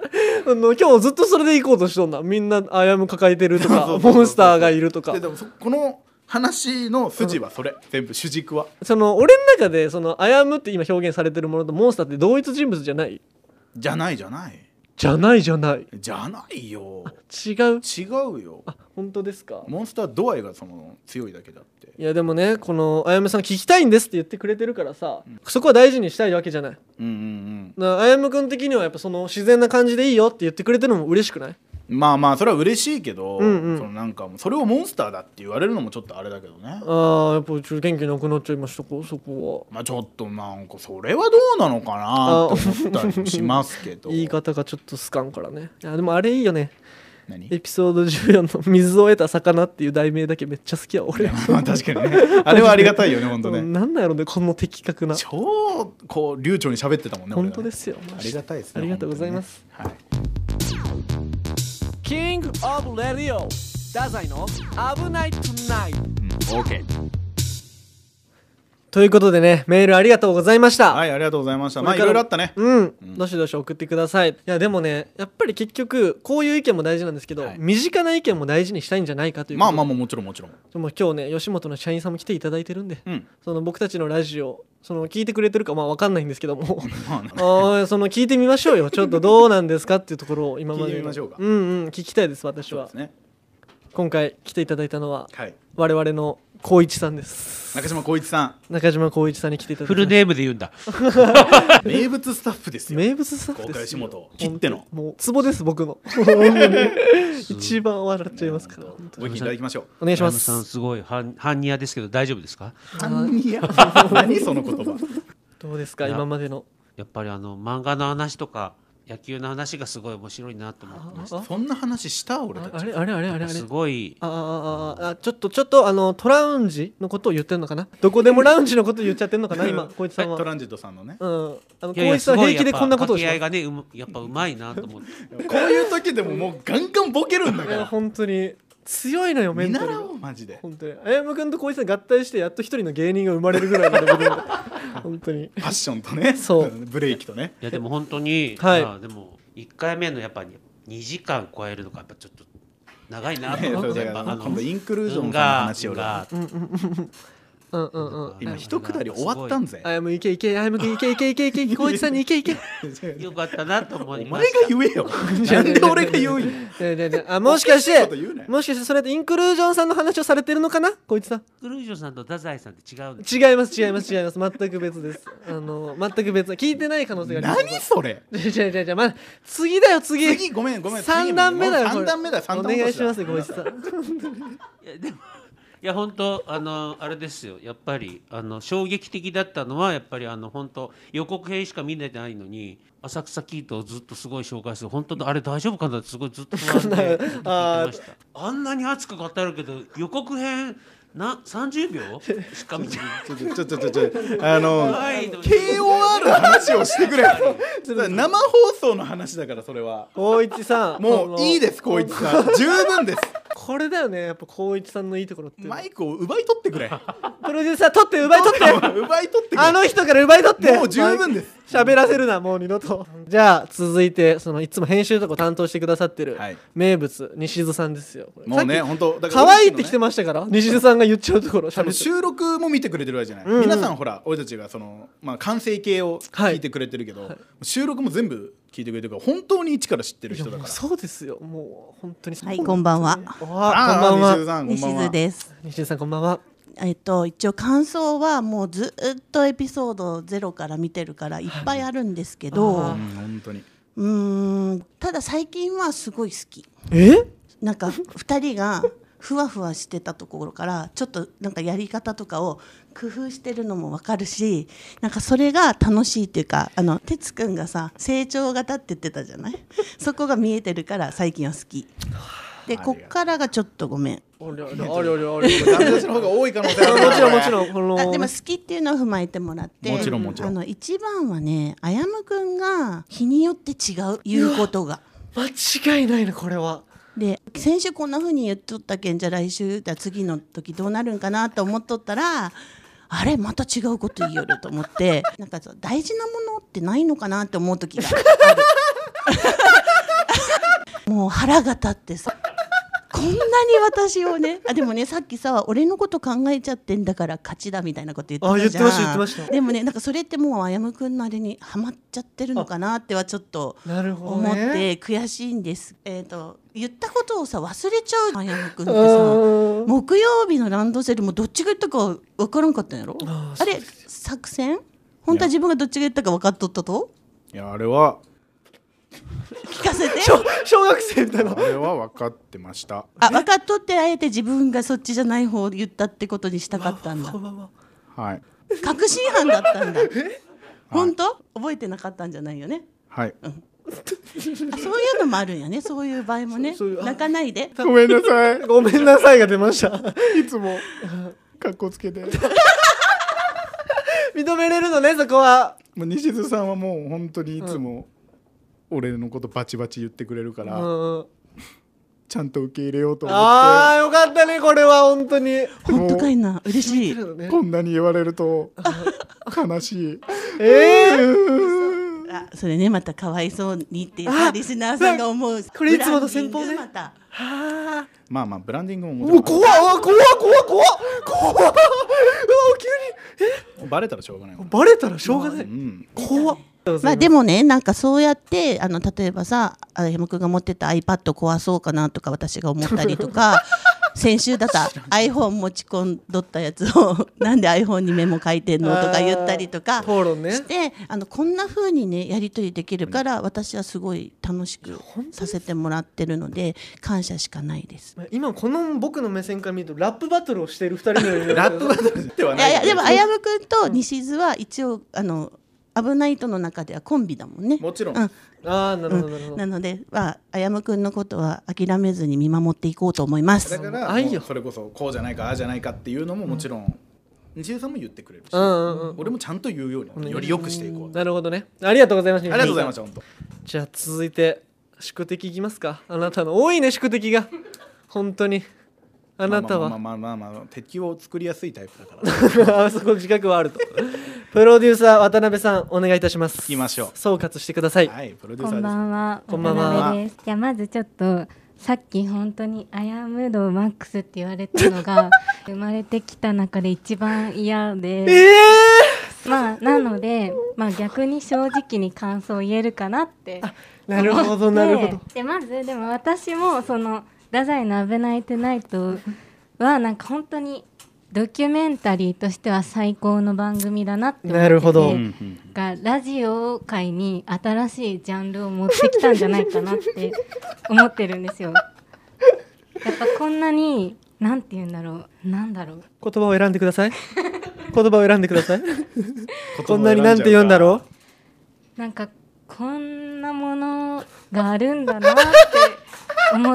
の今日ずっとそれで行こうとしとんなみんなアヤム抱えてると そうそかうそうそうモンスターがいるとかででもそこの話の筋はそれ、全部主軸はその俺の中でそのアヤムって今表現されてるものとモンスターって同一人物じゃないじゃないじゃないじゃないじゃないじゃないよ違う違うよあ本当ですかモンスター度合いがその強いだけだっていやでもねこのあやめさん聞きたいんですって言ってくれてるからさ、そこは大事にしたいわけじゃないうんうんなあやむくん的にはやっぱその自然な感じでいいよって言ってくれてるのも嬉しくないうんまあまあそれは嬉しいけど、うんうんそのなんかもうそれをモンスターだって言われるのもちょっとあれだけどねあーやっぱちょっと元気なくなっちゃいましたかそこまあちょっとなんかそれはどうなのかなと思ったりもしますけど は言い方がちょっと好かんからねあでもあれいいよね何エピソード14の「水を得た魚」っていう題名だけめっちゃ好きや俺、まあ確かにねあれはありがたいよね本当ねなんなんやろねこの的確な超こう流暢に喋ってたもんね本俺らね当ですよありがたいですねありがとうございます、本当にねはい King of Radio 太宰の危ない tonight うん、OK ということでねメールありがとうございました、はいありがとうございましたこまあれいからろいろあったねうん、うんどしどし送ってくださいいやでもねやっぱり結局こういう意見も大事なんですけど、はい身近な意見も大事にしたいんじゃないかというまあまああまあもちろんもちろんもう今日ね吉本の社員さんも来ていただいてるんで、うんその僕たちのラジオその聞いてくれてるかまあ分かんないんですけどもまあね あーその聞いてみましょうよちょっとどうなんですかっていうところを今までの聞いてみましょうかんうん聞きたいです私そうはですね今回来ていただいたのははい我々の光一さんです中島光一さ中島光一さんに来ていただい フルネームで言うんだ。ん名物スタッフですよ名物スタッフ公で開す吉よ本切ってのもうツボです僕の本当に一番笑っちゃいますから本本当当ご意見いにただきましょうお願いしまラムさんすすごい半半ニアですけど大丈夫ですか？何や何その言葉どうですかいや今までのやっぱりあの漫画の話とか野球の話がすごい面白いなと思ってましあそんな話した俺あたあちれあれあれあれた。あれすごいあああああちょっとちょっとあのトラウンジのことを言ってんのかなどこでもラウンジのこと言っちゃってんのかな今光一さんは、うトん、あランジットさんのねのいやい光や一さんは平気でこんなことをしすまごいやっぱ掛け合いがねうむやっぱうまいなと思って。こういう時でももうガンガンボケるんだすいかやら本当に強いのよメ見ンタルが習おうマジで本当にあやむくんと光一さん合体してやっと一人の芸人が生まれるぐらいまで僕の本当にファッションとねそうブレーキとねいやでも本当に、はいまあでも一回目のやっぱり2時間超えるのがやっぱちょっと長いなとね思そっうてだやからっぱあの今度インクルージョンのが話を俺はがうんうんうん今一くだり終わったんぜあやむいけいけあやむくんいけいけいけいけ いけ光一さんにいけいけよかったなと思おい前まがした。言え よなんで俺が言うんよねえねえねえあもしかしおかしいこと言うてなよもしかしてそれってインクルージョンさんの話をされてるのかなこいつさんグルージョさんと太宰さんって違うんです。違います違います違います全く別ですあの全く別聞いてない可能性があり何ますそれ何じゃじゃじゃまあ次だよ次次ごめんごめん次三段目だよこれ三段目だよ三段お落願といしだますよこいつ さんいやでもいや本当あのあれですよやっぱりあの衝撃的だったのはやっぱりあの本当予告編しか見れてないのに浅草キートをずっとすごい紹介する本当にあれ大丈夫かなってすごいずっと不 安で聞いてましたあんなに熱く語るけど予告編な30秒しか見てない ちょちょちょちょちょあのはいどうぞ KOR の話をして くれ生放送の話だからそれは光一さんもういいですここいつさん十分ですこれだよねやっぱ光一さんのいいところってマイクを奪い取ってく れプロデューサー取って奪い取って奪い取ってくれあの人から奪い取ってもう十分です 喋らせるなもう二度とじゃあ続いてそのいつも編集とか担当してくださってるはい名物西津さんですよこれもうねさっき本当だから可愛いってきてもましたから西津さんが言っちゃうところ多分喋って収録も見てくれてるわけじゃない、んうん皆さんほら俺たちがその、まあ、完成形をはい聞いてくれてるけど、収録も全部聞いてくれてるから本当に一から知ってるいや人だもかうらそうですよもう本当にはいこんばんはおーこんあばん西津はさんこんばん西は津です。西津さんこんばんはえっと一応感想はもうずっとエピソードゼロから見てるからいっぱいあるんですけど、あうん本当にうーんただ最近はすごい好き。えなんか二人がふわふわしてたところからちょっとなんかやり方とかを工夫してるのもわかるしなんかそれが楽しいっていうかあの哲くんがさ成長型って言ってたじゃないそこが見えてるから最近は好きでこっからがちょっとごめんありゃりゃありゃりゃありゃダメ出しの方が多い可能性あるなもちろんもちんろんこのあでも好きっていうのを踏まえてもらってもちろんもちろんあの一番はねあやむくんが日によって違う言うことが。間違いないなこれはで先週こんな風に言っとったけんじゃあ来週だ次の時どうなるんかなと思っとったらああれまた違うこと言いよると思って なんかそう大事なものってないのかなって思う時がある もう腹が立ってさこんなに私をねあでもねさっきさ俺のこと考えちゃってんだから勝ちだみたいなこと言ってたじゃんあ言ってました言ってましたでもねなんかそれってもうあやむくんのあれにはまっちゃってるのかなってはちょっとなるほど思ねって悔しいんです、えっと言ったことをさ忘れちゃうあやむくんうってさーん木曜日のランドセルもどっちが言ったか分からんかったんやろああーれ作戦本当は自分がどっちが言ったか分かっとったといやあれは聞かせて小小学生みたいなあれは分かってましたあ分かっとってあえて自分がそっちじゃない方を言ったってことにしたかった んだはい確信犯だったんだ本当覚えてなかったんじゃない よねはいあそういうのもあるんやねそういう場合もねそうそういうあ泣かないでごめんなさいごめんなさいが出ましたいつ も格好つけて認めれるのねそこはもう西津さんはもう本当にいつも俺のことバチバチ言ってくれるかうら、んちゃんと受け入れようと思あっあよかったねこれは本当に本当かいな嬉しいいいのねてこんなに言われると悲しいええあそれねまたかわいそうにってさリスナーさんが思うこれいつもの戦法ねブランディングまたはあまあまあブランディングもももうちろ怖っ怖っ怖っ怖っ怖っ怖っうわ急にんバレたらしょうがないもんえバレたらしょうがなういん怖っまあもでもねなんかそうやってあの例えばさあ山くんが持ってた iPad 壊そうかなとか私が思ったりと か先週だった iPhone 持ち込んどったやつ をなんで iPhone にメモ書いてんのとか言ったりとか討論ねしてあのこんな風にねやり取りできるから私はすごい楽しくさせてもらってるので感謝しかないです。今この僕の目線から見るとラップバトルをしている二人のように ラップバトルではいなやいいやでもあやむくんと西津は一応あの危ないとの中ではコンビだもんね。もちろん、うんああなるほどなるほどなので、まあ、あやむくんのことは諦めずに見守っていこうと思いますだ。から愛よもうそれこそこうじゃないかああじゃないかっていうのももちろん、西津さんも言ってくれるし、うんうんうん俺もちゃんと言うようになってより良くしていこう、あなるほどねありがとうございましたりがとうございましした本当たじゃあ続いて宿敵いきますかあなたの多いね宿敵が本当にあなたはまあまあまあまあ、まあ、敵を作りやすいタイプだからあそこ自覚はあると。プロデューサー渡辺さんお願いいたします。行きましょう総括してください。はいプロデューこサーんでばすんは。こんばんは渡辺です。じゃあまずちょっとさっき本当にアヤムドマックスって言われた のが生まれてきた中で一番嫌えで、えまあなのでまあ逆に正直に感想を言えるかなってー、なるほどなるほど。ででまずでも私もその「太宰の危ないトゥナイト」はなんか本当にドキュメンタリーとしては最高の番組だなって思っててなるほどうんがラジオ界に新しいジャンルを持ってきたんじゃないかなって思ってるんですよ。やっぱこんなになんて言うんだろうなんだろう言葉を選んでくだ さい。言葉を選んでください。言葉を選じゃうかこんなになんて言うんだろなんかこんなものがあるんだなって 思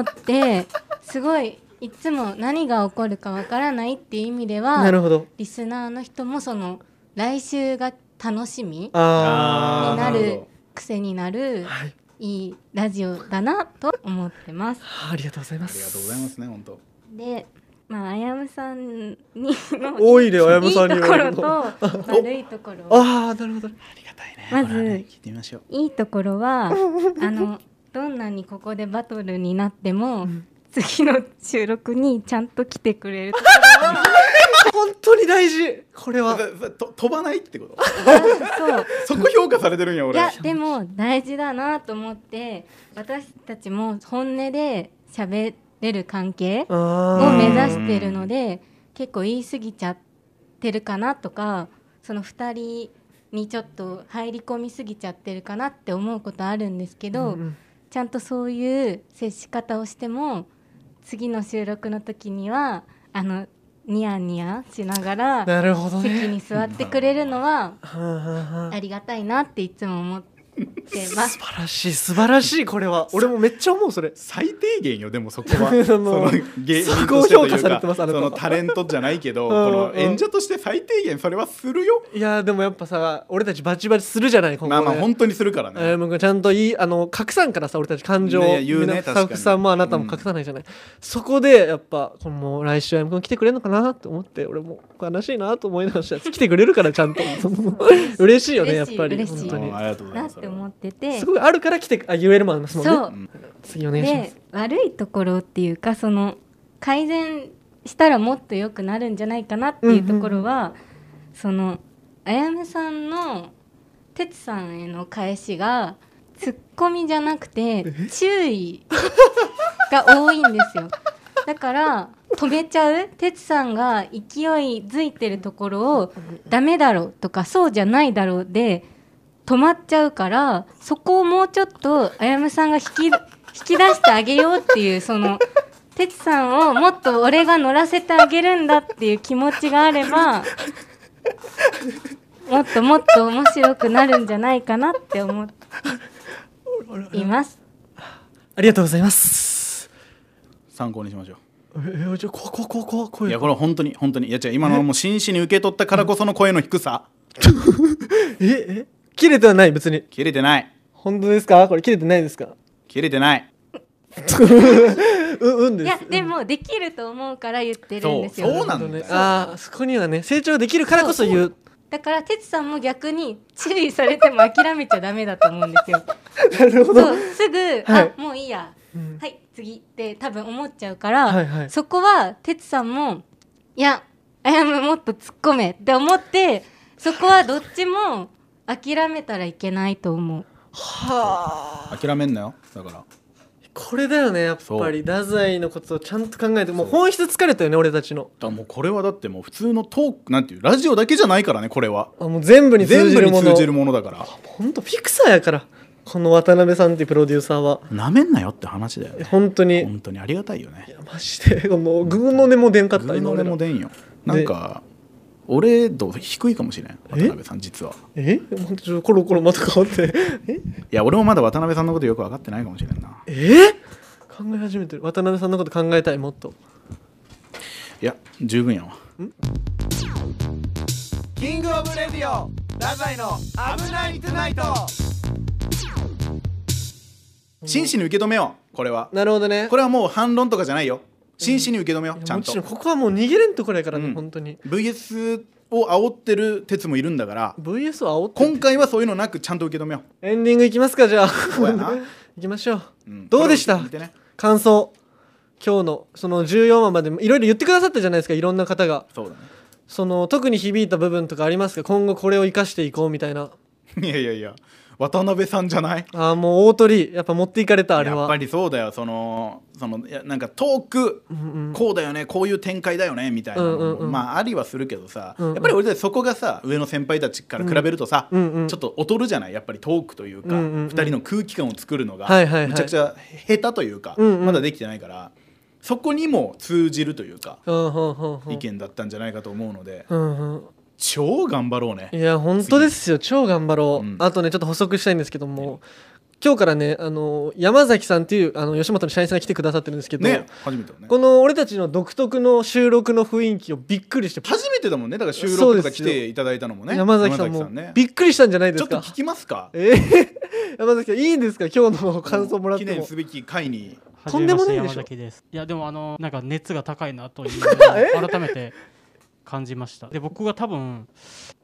ってすごいいつも何が起こるかわからないっていう意味でう。なるはほど。リスナーの人もその来週が楽しみにあーななるほるど癖になるはいいいラジオだなと思ってます。あ、ありがとうございまありがす。とうございますね本当でまああやむ さんにの多いであやむさんにい言いとわこれろるとと 悪いところああ、なるほど。まず聞いてみましょういいところはあのどんなにここでバトルになっても、次の収録にちゃんと来てくれるとこ本当に大事。これは。 と飛ばないってこと ろがそそうこ評価されてるんやい俺やでも大事だなと思って私たちも本音で喋れる関係をあ目指してるので結構言い過ぎちゃってるかなとかその2人にちょっと入り込みすぎちゃってるかなって思うことあるんですけあ。ど、うんちゃんとそういう接し方をしても次の収録の時にはあのニヤニヤしながらなるほど席ね。に座ってくれるのははあはあはあありがたいなっていつも思ってま素す晴らしい素晴らしいこれは俺もめっちゃ思うそれ最低限よ でもそこはあのその芸人としてそことを評価いうされかてますあそなたはのタレントじゃな いけどこうんの演者として最低限それはするよいやーでもやっぱさ俺たちバチバチするじゃない今後まあねまあ本当にするからえーねもうちゃんといいあの隠さんからさ俺たち感情を、ね言うねみんなス確かタにッフさんもあなたも隠さないじゃない、そこでやっぱこのもう来週あやむくん来てくれるのかなと思って俺も悲しいなと思いながらした来てくれるからちゃんと嬉しいよねやっぱり嬉本しい当もうにありがとうございまなっすて思っててすごいあるから来てあ言えるもありますもんねそう次お願いしまです悪いところっていうかその改善したらもっと良くなるんじゃないかなっていうところは、そのあやめさんの哲さんへの返しがツッコミじゃなくて注意が多いんですよだから止めちゃう哲さんが勢いづいてるところを「ダメだろ」とか「そうじゃないだろ」で止まっちゃうからそこをもうちょっとあやむさんが引き引き出してあげようっていうそのてつさんをもっと俺が乗らせてあげるんだっていう気持ちがあればもっともっと面白くなるんじゃないかなって思っています。ありがとうございます参考にしましょえー、じゃあこうこうこうこうこうういいやうこれは本当に本当にいや違う今のはもう真摯に受け取ったからこその声の低さええ切れてはない別に切れてない本当ですかこれ切れてないですか切れてないううんでいすやでもできると思うから言ってるんそうですよそうなんだねよ、ああそこにはね成長できるからこそ言うだからてつさんも逆に注意されても諦めちゃダメだと思うんですよ。なるほどそうすぐ、はいあもういいや、うんはい次って多分思っちゃうから、はいはいそこは哲さんもいやあやむもっと突っ込めって思ってそこはどっちも諦めたらいけないと思うはあ諦めんなよだからこれだよねやっそぱうり太宰のことをちゃんと考えてもう本質疲れたよね俺たちのだからもうこれはだってもう普通のトークなんていうラジオだけじゃないからねこれはあもう全部に通全じ部るにもの通じるものだからほんとフィクサーやからこの渡辺さんっていうプロデューサーはなめんなよって話だよえね本当にい本当にありがたいよねやマジでこのグーの根も出んかっグたー今の俺根らも出んよなんか俺度低いかもしれん渡辺さん実はえほんとちょっとコロコロまた変わってえいや俺もまだ渡辺さんのことよく分かってないかもしれんなえ考え始めてる渡辺さんのこと考えたいもっといや十分やわキングオブレディオダザイの危ないトゥナイト真摯に受け止めようこれはなるほどねこれはもう反論とかじゃないよ真摯に受け止めようちゃんもちとろんここはもう逃げれんところやからね、うん本当に VS を煽ってる鉄もいるんだから VS を煽って今回はそういうのなくちゃんと受け止めよ うエンディングいきますかじゃあそう やないきましょう、うんどうでしたこれを聞いてね感想今日のその14話までいろいろ言ってくださったじゃないですかいろんな方がそうだねその特に響いた部分とかありますか今後これを生かしていこうみたいない やいやいや渡辺さんじゃないああもう大鳥やっぱ持っていかれたあれはやっぱりそうだよそのそのいやなんかトーク、こうだよねこういう展開だよねみたいなのも、うんうんうんまあありはするけどさ、うんうんやっぱり俺たちそこがさ上の先輩たちから比べるとさ、うんうんちょっと劣るじゃないやっぱりトークというか、うんうんうん2人の空気感を作るのが、はいはいはいむちゃくちゃ下手というか、うんうんまだできてないからそこにも通じるというか、うんうんうんうん意見だったんじゃないかと思うので、うんうん超頑張ろうねい。や本当ですよ超頑張ろう、うんあとねちょっと補足したいんですけども今日からねあの山崎さんっていうあの吉本の社員さんが来てくださってるんですけど、ね初めてだねこの俺たちの独特の収録の雰囲気をびっくりして初めてだもんねだから収そう録でとすよか来ていただいたのもね山崎さんもねびっくりしたんじゃないでちょすっとか聞きますかえー山崎さんいいんですか今日の感想もらっ記て念もすべき回にとんでもないでしょ初めまして山崎ですいやでもあのなんか熱が高いなという のを改めて感じましたで僕が多分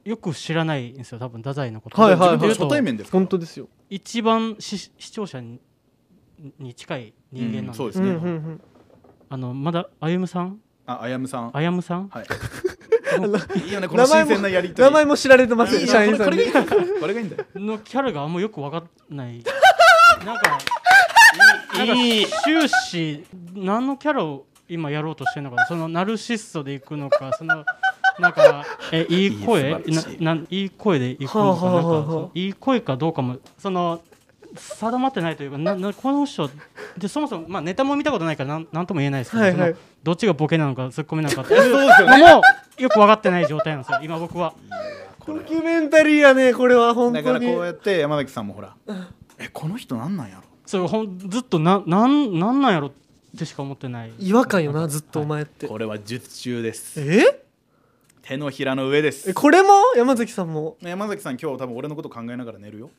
よく知らないんですよ多分太宰のこと、はいはいはい自分で言うと初対面ですか本当ですよ、一番し視聴者にに近い人間なんうです,、んそうでうすんねうんうん、あのまだ歩夢さんああやむさんあやむさんはいのいいよねこの新鮮なやりとり名前も知られてまいすいよ社員さこんれこにれがいいんだよこれがいい んだよのキャラがあんまよく分かんないなんかなんか終始何のキャラを今やろうとしてるのかそのナルシストでいくのかそのな んかえいい声いい素晴らしいななんいい声でいくのか,、はあはあはあなんかそのいい声かどうかもその定まってないというかななこの人でそもそも、まあ、ネタも見たことないからなんなんとも言えないですけど、はいはいそのどっちがボケなのかツッコミなのかっていうそうですよねのもよく分かってない状態なんですよ今僕は。こドれキュメンタリーやねこれは本だ当からにこうやって山崎さんもほらえこの人なんなんやろそうほんずっとななんなんなんやろってしか思ってない違和感よなずっとお前って、これは術中ですえ手のひらの上ですえこれも山崎さんも 山崎さん今日多分俺のこと考えながら寝るよ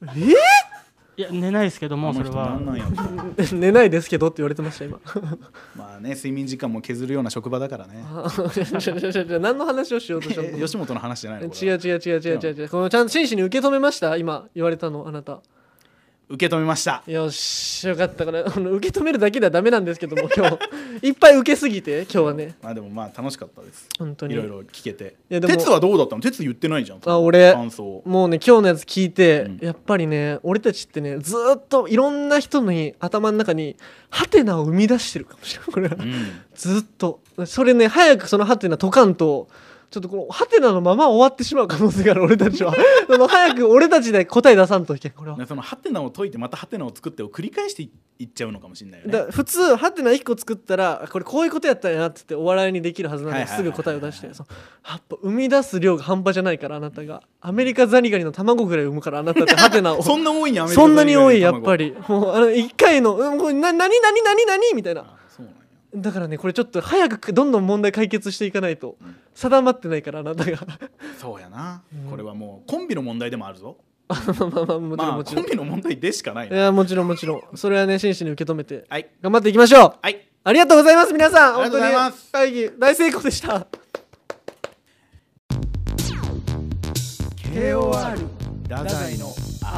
いや寝ないですけどもこそのれ人はなんなんやろ寝ないですけどって言われてました今 まあね睡眠時間も削るような職場だから ねじゃじゃじゃじゃ何の話をしようと したのえ吉本の話じゃないのこれ違う違う違う違う違う違うこのちゃんと真摯に受け止めました今言われたのあなた受け止めましたよしよかったこれ あの受け止めるだけではダメなんですけども 今日いっぱい受けすぎて今日はねまあでもまあ楽しかったです本当いにろいろ聞けてやでも鉄はどうだったの鉄言ってないじゃんあ俺感想もうね今日のやつ聞いて、うんやっぱりね俺たちってねずーっといろんな人のに頭の中にハテナを生み出してるかもしれないこれはうん ずーっとそれね早くそのハテナ解かんとちょっとこのハテナのまま終わってしまう可能性がある俺たち はその早く俺たちで答え出さんといけんこれはでそのハテナを解いてまたハテナを作ってを繰り返していいっちゃうのかもしれないよねだ普通ハテナ1個作ったらあこれこういうことやったんやなって言ってお笑いにできるはずなのはにいはいすはいはぐい答えを出してそうやっぱ生み出す量が半端じゃないからあなたがアメリカザリガニの卵ぐらい産むからあなたってハテナを そんな多いんやアメリカそんなに多いやっぱりりもうあの1回の「うんこれな何何何何?」みたいなそうなんやだからねこれちょっと早くどんどん問題解決していかないと定まってないからあなた がそうやな、これはもうコンビの問題でもあるぞまあまあまあもちろんまあもちコろンん、ビの問題でしかないいなやもちろんもちろんそれはね真摯に受け止めてはい頑張っていきましょうはいありがとうございます皆さんありが本と当うごにざいます会議大成功でした KOR 太宰の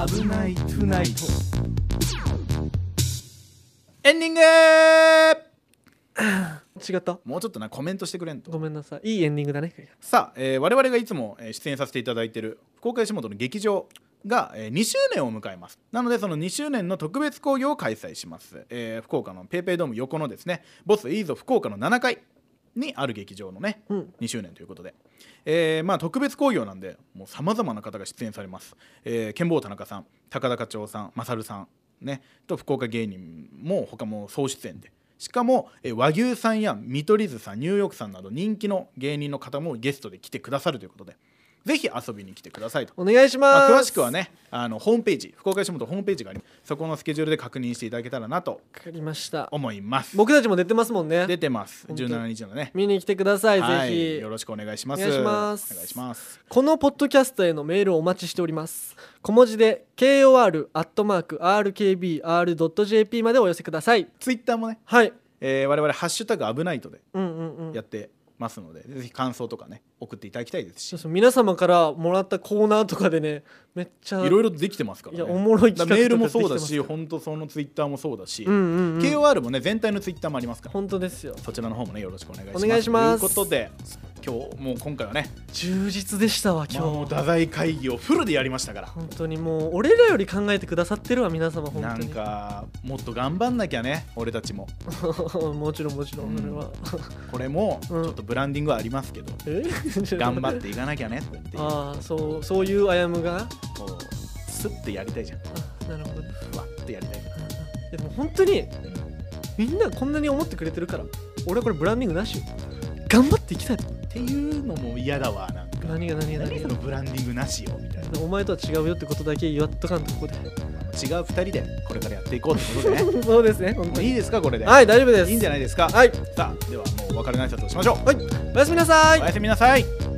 危ないトゥナイトエンディング違ったもうちょっとなコメントしてくれんとごめんなさい。いいエンディングだね。さあ、えー我々がいつもえー出演させていただいている福岡吉本の劇場がえー2周年を迎えますなのでその2周年の特別興行を開催します、えー福岡のペイペイドーム横のですねボスいいぞ福岡の7階にある劇場のね、うん2周年ということで、えーまあ、特別興行なんでもうさまざまな方が出演されます、えー、剣坊田中さん高田課長さん勝さんねと福岡芸人も他も総出演でしかも、えー和牛さんや見取り図さんニューヨークさんなど人気の芸人の方もゲストで来てくださるということでぜひ遊びに来てくださいとお願いしま。ますあ詳しくは。ねあのホームページ福岡吉本ホームページがありますそこのスケジュールで確認していただけたらなとわかりました。思います僕たちも出てますもんね出。てます本当に17日のね見に来てください。はいぜよひ。ろしくお願いしますお願いしますお願いしますこのポッドキャストへのメールをお待ちしております。小文字で kor.rkbr.jp までお寄せください。ツイッターもね、はい。えー我々ハッシュタグ危ないとでうんうんうん。やってますので、ぜひ感想とかね送っていただきたいですしそうそう皆様からもらったコーナーとかでね、めっちゃ。いろいろできてますから、ね、いやおもろい企だ画からメールもとかそうだできてします本当そのツイッターもそうだし、うんうんうん。 KOR もね全体のツイッターもありますから本当ですよ。そちらの方もねよろしくお願いしますお願いしますということで今日もう今回はね充実でしたわ、今日も今う日。太宰会議をフルでやりましたから本当にもう、俺らより考えてくださってるわ、皆様、本当なに。んかもっと頑張んなきゃね俺たちも もちろんもちろん、それは。これもちうんょっとブランディングはありますけど、え頑張っていかなきゃねって言って こああそうそういうあやむがうスッてやりたいじゃんあなるほどねふわってやりたいからでも本当にみんなこんなに思ってくれてるから俺はこれブランディングなしよ頑張っていきたいっていうのも嫌だわなんか何が何が何何そがのブランディングなしよみたいなお前とは違うよってことだけ言わっとかんとここで違う2人でこれからやっていこうってことでねそうですね本も当ういいにですかこれではい大丈夫ですいいんじゃないですかはいさあではもうお別れの挨拶をしましょうはいおやすみなさいおやすみなさい